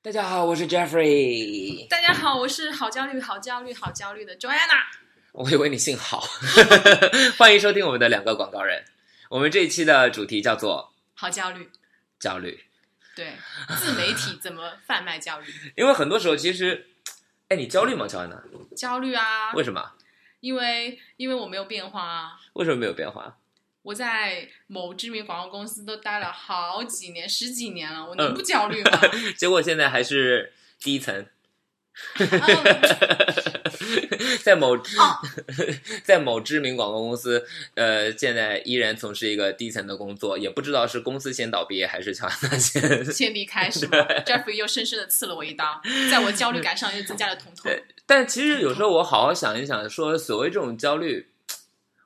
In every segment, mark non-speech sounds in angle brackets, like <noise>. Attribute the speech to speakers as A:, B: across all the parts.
A: 大家好，我是 Jeffrey。
B: 大家好，我是好焦虑、好焦虑、好焦虑的 Joanna。
A: <laughs> 我以为你姓郝。 <laughs> 欢迎收听我们的两个广告人。我们这一期的主题叫做
B: 好焦虑，
A: 焦虑，
B: <laughs> 对，自媒体怎么贩卖焦虑？
A: 因为很多时候其实，哎，你焦虑吗，乔安娜？
B: 焦虑啊，
A: 为什么？
B: 因为因为我没有变化啊。
A: 为什么没有变化？
B: 我在某知名广告公司都待了好几年，十几年了，我
A: 嗯
B: 能不焦 <laughs> 虑吗？啊
A: 结果现在还是第一层， <laughs>
B: 嗯
A: 在某、
B: 哦
A: <laughs> 在某知名广告公司，呃，现在依然从事一个低层的工作，也不知道是公司先倒闭还是乔安娜先。
B: 先离开是吗？Jeffrey 又深深的刺了我一刀，在我焦虑感上又增加了疼痛。
A: 对但其实有时候我好好想一想，说所谓这种焦虑，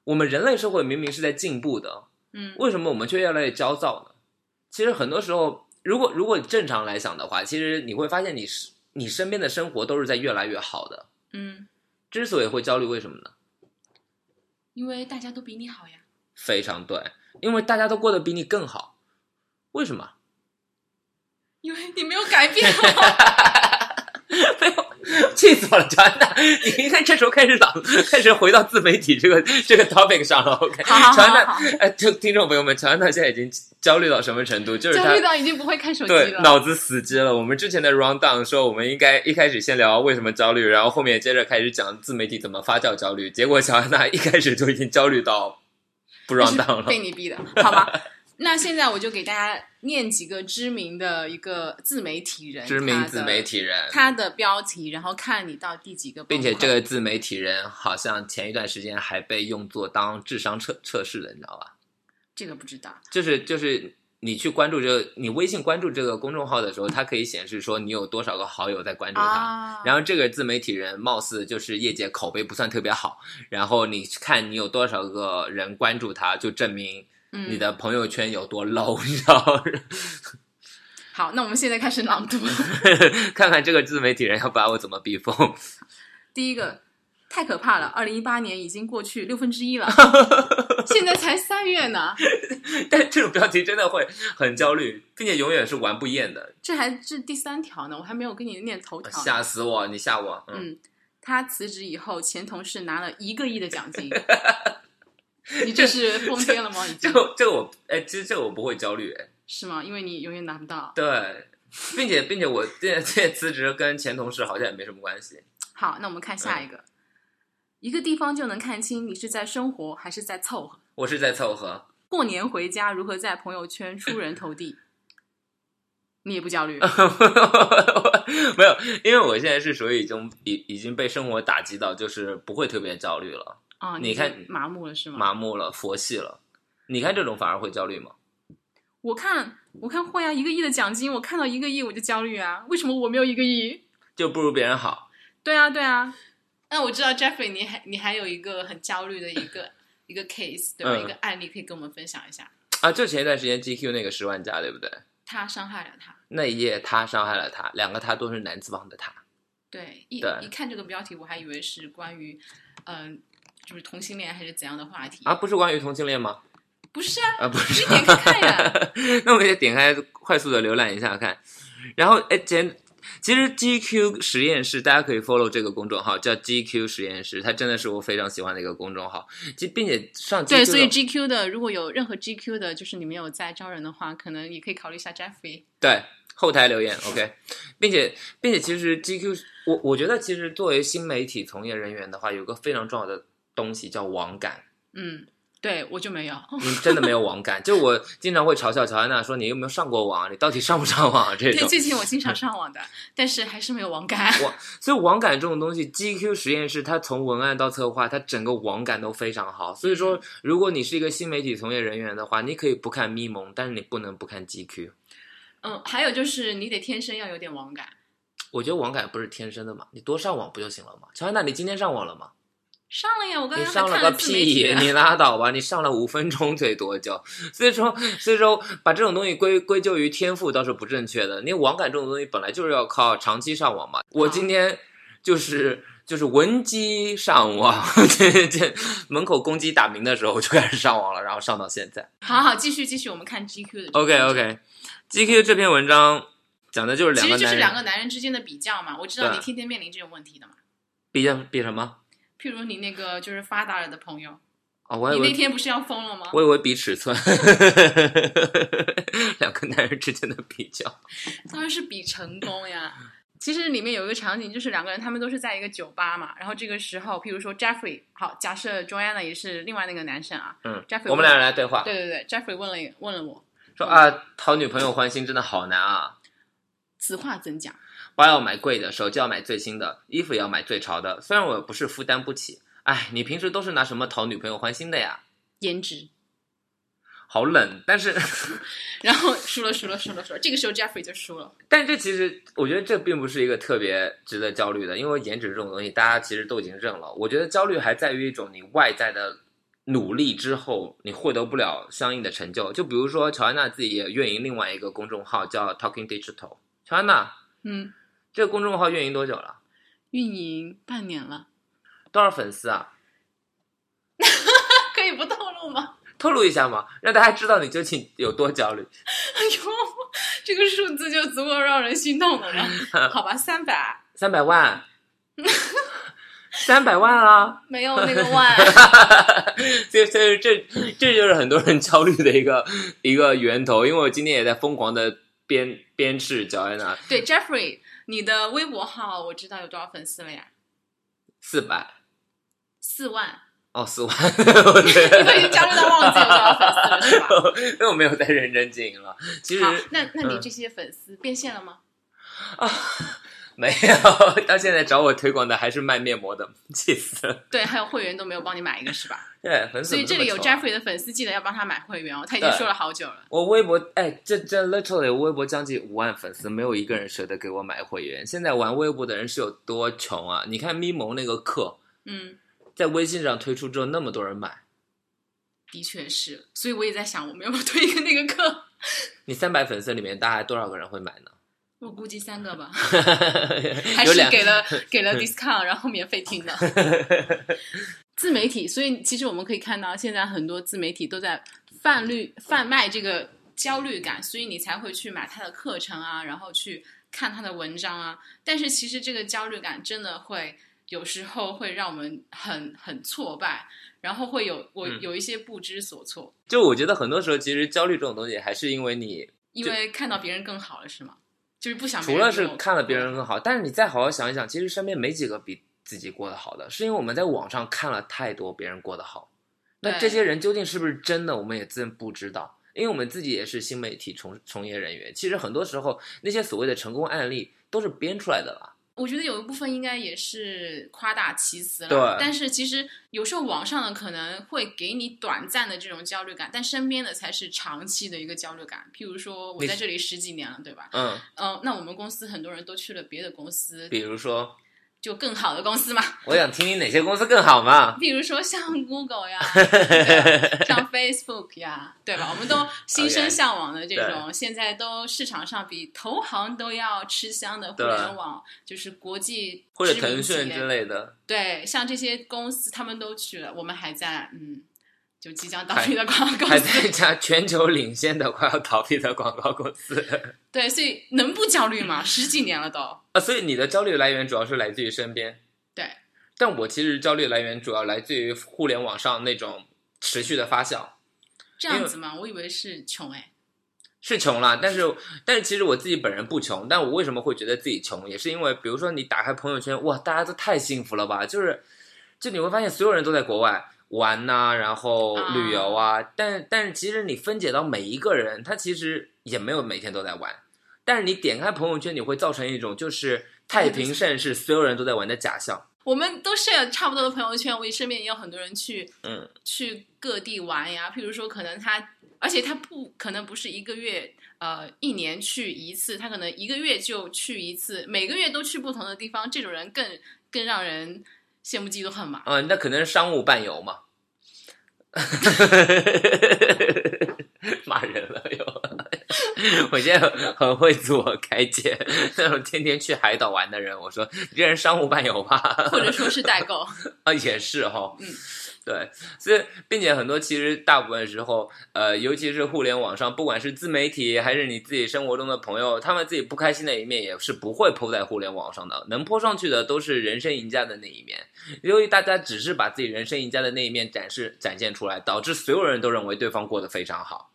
A: 我们人类社会明明是在进步的，
B: 嗯，
A: 为什么我们却越来越焦躁呢？其实很多时候，如果如果正常来想的话，其实你会发现你是你身边的生活都是在越来越好的。
B: 嗯，
A: 之所以会焦虑，为什么呢？
B: 因为大家都比你好呀。
A: 非常对，因为大家都过得比你更好。为什么？ <laughs>
B: 因为你没有改变，啊
A: 没有，气死我了，乔安娜！你应该这时候开始朗，开始回到自媒体这个这个 topic 上了。OK，
B: <laughs> 好好好
A: 乔安娜
B: 好好，
A: 哎，就听众朋友们，乔安娜现在已经焦虑到什么程度？就是
B: <laughs> 焦
A: 她
B: 虑到已经不会看手机
A: 对
B: 了。
A: 脑子死机了。我们之前的 round down 说，我们应该一开始先聊为什么焦虑，然后后面接着开始讲自媒体怎么发酵焦虑。结果乔安娜一开始就已经焦虑到不 round
B: 是
A: down 了
B: <laughs> 被。你逼的，好吧？那现在我就给大家念几个知名的一个自媒体人，
A: 知名
B: 他的
A: 自媒，体人，
B: 他的标题，然后看你到第几个
A: 并
B: 崩溃，
A: 且这个自媒体人好像前一段时间还被用作当智商测测试的，你知道吧？
B: 这个不知道，
A: 就是就是你去关注这个，你微信关注这个公众号的时候，它可以显示说你有多少个好友在关注它。
B: 啊
A: 然后这个自媒体人貌似就是业界口碑不算特别好，然后你看你有多少个人关注他，就证明
B: 嗯
A: 你的朋友圈有多 low，、你知道吗？ <laughs>
B: 好，那我们现在开始朗读
A: 看看这个自媒体人要把我怎么逼疯。 <laughs>
B: 第一个。太可怕了！二零一八年已经过去六分
A: <laughs>
B: 之一了，现在才三月呢，
A: 但这种标题真的会很焦虑，并且永远是玩不厌的，
B: 这还是第三条呢，我还没有跟你念头条呢。
A: 吓死我！你吓我，嗯，
B: 哦嗯，他辞职以后，前同事拿了一个亿的奖
A: <laughs>
B: 金。你这是疯癫了吗？已
A: 这
B: 经
A: 个这个我哎，其实这个我不会焦虑，哎
B: 是吗？因为你永远拿不到。
A: 对，并且并且我这这辞职跟前同事好像也没什么关系。
B: 好，那我们看下一个。一个地方就能看清你是在生活还是在凑合。
A: 我是在凑合，
B: 过年回家如何在朋友圈出人头地？你也不焦虑
A: 呃 <laughs> 没有，因为我现在是属于已经已已经被生活打击到，就是不会特别焦虑了，
B: 啊？
A: 你看
B: 已经麻木了是吗？
A: 麻木了，佛系了。你看这种反而会焦虑吗？
B: 我看我看会啊，一个亿的奖金，我看到一个亿我就焦虑啊。为什么我没有一个亿？
A: 就不如别人好。
B: 对啊，对啊。那我知道 Jeffrey，你还你还有一个很焦虑的一个一个 case，对吧？
A: 嗯
B: 一个案例可以跟我们分享一下。
A: 啊，就前一段时间 GQ 那个十万加，对不对？
B: 他伤害了他，
A: 那一夜他伤害了他，两个他都是男字旁的他。
B: 对，一
A: 对
B: 一看这个标题，我还以为是关于，嗯、就是同性恋还是怎样的话题
A: 啊，不是关于同性恋吗？
B: 不是啊，
A: 啊，不
B: 你
A: 是。
B: 点开看
A: <laughs>
B: 呀。
A: 那我们也点开快速的浏览一下看。然后，哎，前其实 GQ 实验室，大家可以 follow 这个公众号，叫 GQ 实验室，它真的是我非常喜欢的一个公众号。其并且上 GQ
B: 对，所以
A: 的
B: GQ 的如果有任何 GQ 的，就是你们有在招人的话，可能也可以考虑一下 Jeffrey。
A: 对后台留言 OK，并且并且其实 GQ，我我觉得其实作为新媒体从业人员的话，有个非常重要的东西叫网感。
B: 嗯，对我就没有。
A: 你真的没有网感，就我经常会嘲笑乔安娜说：“你有没有上过网？你到底上不上网？”这
B: 对，
A: 种。
B: 最近我经
A: 嗯
B: 常上网的，但是还是没有网感。
A: 所以网感这种东西，GQ 实验室它从文案到策划，它整个网感都非常好。所以说，如果你是一个新媒体从业人员的话，你可以不看咪蒙，但是你不能不看 GQ。
B: 嗯，还有就是你得天生要有点网感。
A: 我觉得网感不是天生的嘛，你多上网不就行了嘛？乔安娜，你今天上网了吗？
B: 上了呀，我刚
A: 你
B: 刚啊
A: 上
B: 还看
A: 个
B: 自媒体啊
A: 屁！你拉倒吧！你上了五分钟最多就，所以说，所以说把这种东西归归咎于天赋倒是不正确的。你网感这种东西本来就是要靠长期上网嘛。我
B: 啊
A: 今天就是就是闻鸡上网， <laughs> 这这门口公鸡打鸣的时候我就开始上网了，然后上到现在。哦
B: 嗯好好继续继续，我们看 GQ 的。
A: OK OK，GQ 这篇文章讲的就是两
B: 其
A: 个
B: 实就
A: 男人，
B: 是两个男人之间的比较嘛。我知道
A: 对
B: 你天天面临这种问题的嘛。
A: 比较比什么
B: 譬如你那个就是发达了的朋友，
A: 啊、我还以
B: 你那
A: 为
B: 天不是要疯了吗？
A: 我以为比尺寸， <laughs> 两个男人之间的比较。
B: 当然是比成功呀。其实里面有一个场景，就是两个人他们都是在一个酒吧嘛，然后这个时候，譬如说 Jeffrey，好，假设 Joanna 也是另外那个男生啊，
A: 嗯
B: Jeffrey，
A: 我们俩人来对话，
B: 对对对，Jeffrey 问了问了我，
A: 说啊，讨女朋友欢心真的好难啊！
B: 此话怎讲？
A: 包要买贵的，手机要买最新的，衣服也要买最潮的。虽然我不是负担不起，哎，你平时都是拿什么讨女朋友欢心的呀？
B: 颜值。
A: 好冷， <laughs> 但是，
B: 然后输了输了输了输了，这个时候 Jeffrey 就输了。
A: 但这其实我觉得这并不是一个特别值得焦虑的，因为颜值这种东西大家其实都已经认了。我觉得焦虑还在于一种你外在的努力之后你获得不了相应的成就。就比如说乔安娜自己也运营另外一个公众号叫 Talking Digital，乔安娜
B: 嗯，
A: 这个公众号运营多久了？
B: 运营半年了，
A: 多少粉丝啊？
B: 可以不透露吗？ <laughs>
A: 透露一下嘛，让大家知道你究竟有多焦虑。
B: 哎呦，这个数字就足够让人心
A: <laughs>
B: 动了呢。好吧，三百
A: 三百 <laughs> 万，三百万啊！
B: 没有那个万，
A: <laughs> 这这这这就是很多人焦虑的一个一个源头。因为我今天也在疯狂的鞭鞭笞乔安娜
B: 对 Jeffrey，你的微博号我知道有多少粉丝了呀？
A: 四百
B: 四万，
A: 哦，四万， <laughs> 我觉 <laughs>
B: 你都已经
A: 得。
B: 焦虑到忘记有多少粉丝了，
A: <laughs>
B: 是吧？
A: 那我没有在认真经营了，其实
B: 好，那那你
A: 嗯
B: 这些粉丝变现了吗？
A: <laughs> 没有。到现在找我推广的还是卖面膜的，气死了。
B: 对，还有会员都没有帮你买一个，是吧？
A: <laughs> 对，粉丝
B: 所以
A: 怎
B: 这
A: 么
B: 里
A: 么
B: 有
A: 丑啊
B: Jeffrey 的粉丝，记得要帮他买会员哦。他已经
A: 对
B: 说了好久了。
A: 我微博，哎，这这 literally 微博将近五万粉丝，没有一个人舍得给我买会员。现在玩微博的人是有多穷啊？你看咪蒙那个课，
B: 嗯，
A: 在微信上推出之后，那么多人买，
B: 的确是。所以我也在想，我们要不要推一个那个课？
A: 你三百粉丝里面大概多少个人会买呢？
B: 我估计三
A: <laughs>
B: 个吧，还
A: 有
B: 是
A: 两嗯
B: 给
A: <laughs>
B: 了给了 discount，然后免费听的。自媒体，所以其实我们可以看到，现在很多自媒体都在贩绿贩卖这个焦虑感，所以你才会去买他的课程啊，然后去看他的文章啊。但是其实这个焦虑感真的会有时候会让我们很很挫败，然后会有我
A: 嗯
B: 有一些不知所措，
A: 就我觉得很多时候，其实焦虑这种东西，还是因为你
B: 因为看到别人更好了，是吗？就是不想别
A: 除
B: 人
A: 了
B: 比
A: 是
B: 我
A: 看了别人更好，但是你再好好想一想，其实身边没几个比自己过得好的，是因为我们在网上看了太多别人过得好。那
B: 对
A: 这些人究竟是不是真的，我们也自不知道，因为我们自己也是新媒体从从业人员。其实很多时候，那些所谓的成功案例都是编出来的啦。
B: 我觉得有一部分应该也是夸大其词了，
A: 对
B: 但是其实有时候网上的可能会给你短暂的这种焦虑感，但身边的才是长期的一个焦虑感。譬如说，我
A: 你
B: 在这里十几年了，对吧？
A: 嗯，
B: 嗯、那我们公司很多人都去了别的公司，
A: 比如说，
B: 就更好的公司嘛， <laughs>
A: 我想听听哪些公司更好嘛？
B: 譬如说像
A: <laughs>
B: Google 呀，对像 Facebook 呀，对吧？我们都心
A: OK，
B: 生向往的这种，现在都市场上比投行都要吃香的互
A: 对
B: 联网，就是国际
A: 或者
B: 知名
A: 腾
B: 企
A: 讯
B: 业
A: 之类的，
B: 对，像这些公司他们都去了，我们还在嗯，就即将倒
A: 还
B: 闭的广告
A: 还在
B: 公司。
A: 家全球领先的快要倒闭的广告公司
B: <laughs> 对，所以能不焦虑吗？十几年了都。
A: 啊，所以你的焦虑来源主要是来自于身边。
B: 对，
A: 但我其实焦虑来源主要来自于互联网上那种持续的发酵，
B: <laughs> 这
A: 因
B: 样
A: 为
B: 子吗？我以为是穷哎。
A: 是穷啦，但是但是其实我自己本人不穷，但我为什么会觉得自己穷，也是因为比如说你打开朋友圈，哇，大家都太幸福了吧，就是就你会发现所有人都在国外玩呐、然后
B: 啊
A: 旅游啊，但但是其实你分解到每一个人，他其实也没有每天都在玩，但是你点开朋友圈，你会造成一种就是太平盛世，所有人都在玩的假象。
B: 我们都 share 差不多的朋友圈，我身边也有很多人去，
A: 嗯，
B: 去各地玩呀。譬如说，可能他，而且他不可能不是一个月，呃，一年去一次，他可能一个月就去一次，每个月都去不同的地方。这种人更更让人羡慕嫉妒恨吧。
A: 啊、那可能是商务伴游嘛。骂人了又，我现在很会自我开解。那种天天去海岛玩的人，我说你这人商务伴游吧， <laughs>
B: 或者说是代购，
A: 啊也是哈、哦。 <laughs> 对，所以并且很多其实大部分时候，呃，尤其是互联网上，不管是自媒体还是你自己生活中的朋友，他们自己不开心的一面也是不会抛在互联网上的，能抛上去的都是人生赢家的那一面。由于大家只是把自己人生赢家的那一面展示展现出来，导致所有人都认为对方过得非常好。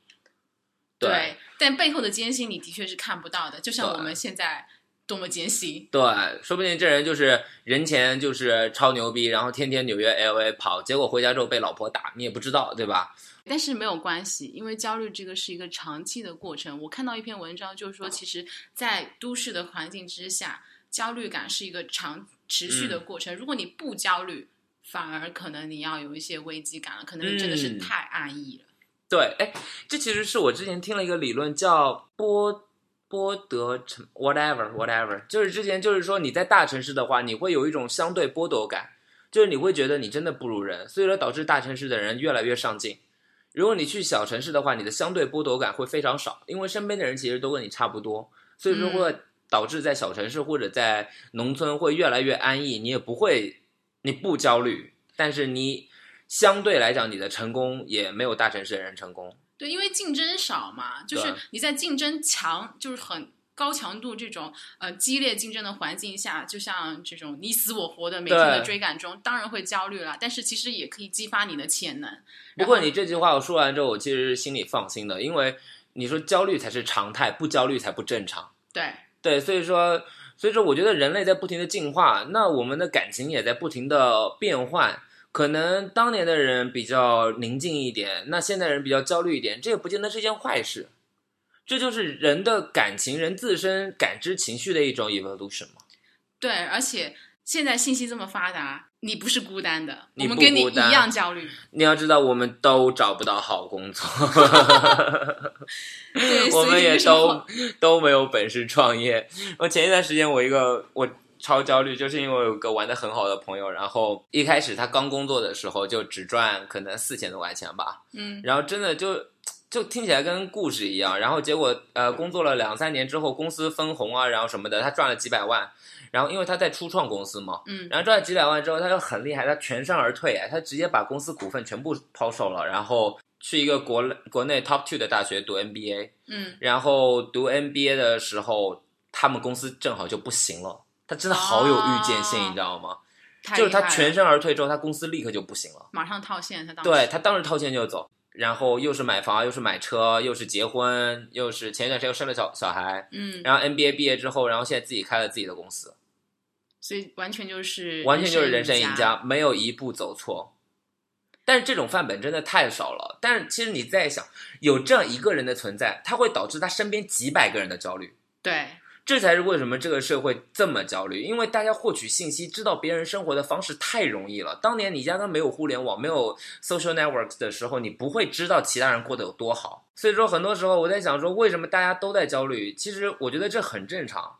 A: 对
B: 对，但背后的艰辛你的确是看不到的，就像
A: 对
B: 我们现在多么艰辛。
A: 对，说不定这人就是人前就是超牛逼，然后天天纽约 L A 跑，结果回家之后被老婆打，你也不知道，对吧？
B: <laughs> 但是没有关系，因为焦虑这个是一个长期的过程。我看到一篇文章，就
A: 嗯
B: 是说，其实，在都市的环境之下，焦虑感是一个长持续的过程。
A: 嗯
B: 如果你不焦虑，反而可能你要有一些危机感了，可能你真的是
A: 嗯
B: 太安逸了。
A: 对，哎，这其实是我之前听了一个理论叫波波德城 whatever whatever，就是之前就是说你在大城市的话，你会有一种相对剥夺感，就是你会觉得你真的不如人，所以说导致大城市的人越来越上进。如果你去小城市的话，你的相对剥夺感会非常少，因为身边的人其实都跟你差不多，所以说
B: 嗯
A: 会导致在小城市或者在农村会越来越安逸，你也不会，你不焦虑，但是你相对来讲你的成功也没有大城市的人成功。
B: 对，因为竞争少嘛，就是
A: 对啊
B: 你在竞争强，就是很高强度这种呃激烈竞争的环境下，就像这种你死我活的每天的
A: 对
B: 追赶中，当然会焦虑了。但是其实也可以激发你的潜能。
A: 不过
B: 然后
A: 你这句话我说完之后，我其实是心里放心的，因为你说焦虑才是常态，不焦虑才不正常。
B: 对
A: 对，所以说，所以说，我觉得人类在不停的进化，那我们的感情也在不停的变换。可能当年的人比较宁静一点，那现代人比较焦虑一点，这也不见得是件坏事。这就是人的感情、人自身感知情绪的一种 evolution 嘛。
B: 对，而且现在信息这么发达，你不是孤单的，
A: 你
B: 我们
A: 不
B: 跟你
A: 孤
B: 一
A: 单
B: 样焦
A: <laughs>
B: 虑。
A: 你要知道，我们都找不到好工作，
B: 对，
A: 我
B: 所
A: 们
B: 以
A: 也
B: 为什么
A: 都都没有本事创业。我前一段时间，我一个我超焦虑，就是因为我有个玩的很好的朋友，然后一开始他刚工作的时候就只赚可能四千多块钱吧，
B: 嗯，
A: 然后真的就就听起来跟故事一样，然后结果呃工作了两三年之后，公司分红啊，然后什么的，他赚了几百万，然后因为他在初创公司嘛，
B: 嗯
A: 然后赚了几百万之后，他就很厉害，他全身而退，哎他直接把公司股份全部抛售了，然后去一个国国内 top two 的大学读 MBA。
B: 嗯，
A: 然后读 NBA 的时候，他们公司正好就不行了。他真的好有预见性，
B: 啊
A: 你知道吗？
B: 哦太
A: 就是
B: 厉
A: 他
B: 害
A: 全
B: 了
A: 身而退之后，他公司立刻就不行了。
B: 马上套现，他当时
A: 对他当时掏钱就走，然后又是买房，又是买车，又是结婚，又是前一段时间又生了小小孩。
B: 嗯，
A: 然后 NBA 毕业之后，然后现在自己开了自己的公司，
B: 所以完全就是
A: 完全就是人生
B: 生
A: 赢家，没有一步走错。但是这种范本真的太少了。但是其实你在想，有这样一个人的存在，他会导致他身边几百个人的焦虑。
B: 对。
A: 这才是为什么这个社会这么焦虑，因为大家获取信息、知道别人生活的方式太容易了。当年你压根没有互联网、没有 social networks 的时候，你不会知道其他人过得有多好。所以说，很多时候我在想说，为什么大家都在焦虑？其实我觉得这很正常，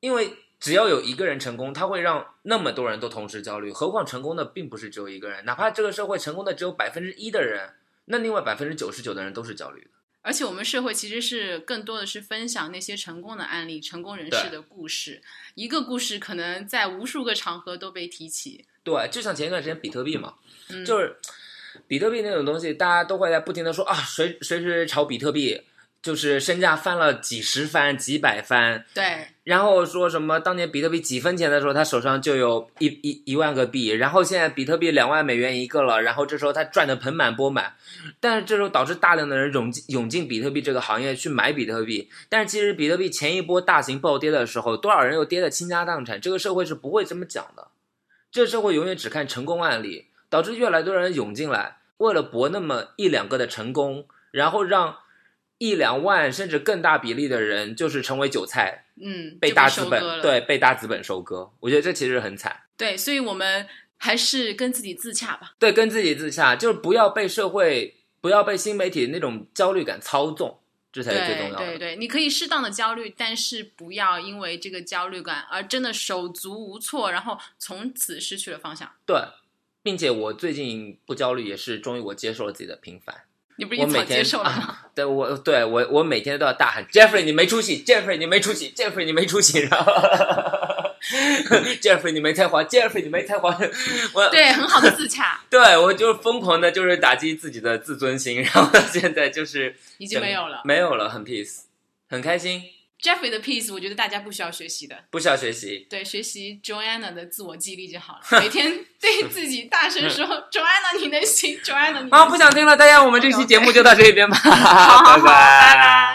A: 因为只要有一个人成功，他会让那么多人都同时焦虑。何况成功的并不是只有一个人，哪怕这个社会成功的只有百分之一的人，那另外百分之九十九的人都是焦虑的。
B: 而且我们社会其实是更多的是分享那些成功的案例、成功人士
A: 对
B: 的故事。一个故事可能在无数个场合都被提起。
A: 对，就像前一段时间比特币嘛，
B: 嗯，
A: 就是比特币那种东西，大家都会在不停的说啊，谁谁谁炒比特币，就是身价翻了几十番、几百番，
B: 对
A: 然后说什么当年比特币几分钱的时候，他手上就有一一一万个币，然后现在比特币两万美元一个了，然后这时候他赚的盆满钵满，但是这时候导致大量的人涌进涌进比特币这个行业去买比特币，但是其实比特币前一波大型暴跌的时候，多少人又跌得倾家荡产，这个社会是不会这么讲的，这社会永远只看成功案例，导致越来越多人涌进来，为了博那么一两个的成功，然后让一两万甚至更大比例的人就是成为韭菜。
B: 嗯，
A: 被
B: 就
A: 大
B: 收
A: 资
B: 割
A: 本
B: 了
A: 对被大资本收割，我觉得这其实很惨。
B: 对，所以我们还是跟自己自洽吧。
A: 对，跟自己自洽，就是不要被社会，不要被新媒体那种焦虑感操纵，这才是最重
B: 对
A: 要的。
B: 对对，你可以适当的焦虑，但是不要因为这个焦虑感而真的手足无措，然后从此失去了方向。
A: 对并且我最近不焦虑，也是终于我接受了自己的平凡。
B: 你不是
A: 我
B: 一
A: 每
B: 早
A: 天啊
B: 接受了吗？
A: 对我对我 <laughs> 我每天都要大喊 Jeffrey 你没出息，Jeffrey 你没出息，Jeffrey 你没出息，然后 Jeffrey 你没才华，Jeffrey 你没才华， <laughs> 我
B: 对，很好的自洽，
A: 对我就是疯狂的，就是打击自己的自尊心，然后到现在就是
B: 已经没有了。
A: 没有了，很 peace，很开心，
B: Jeffrey 的 piece，我觉得大家不需要学习的，
A: 不需要学习。
B: 对，学习 Joanna 的自我激励就好了。每天对自己大声说：“Joanna，你能行，Joanna，你能行。
A: <laughs>
B: <laughs>
A: 啊，不想听了，大家我们这期节目就到这边吧，拜
B: 好好好拜
A: 拜
B: 拜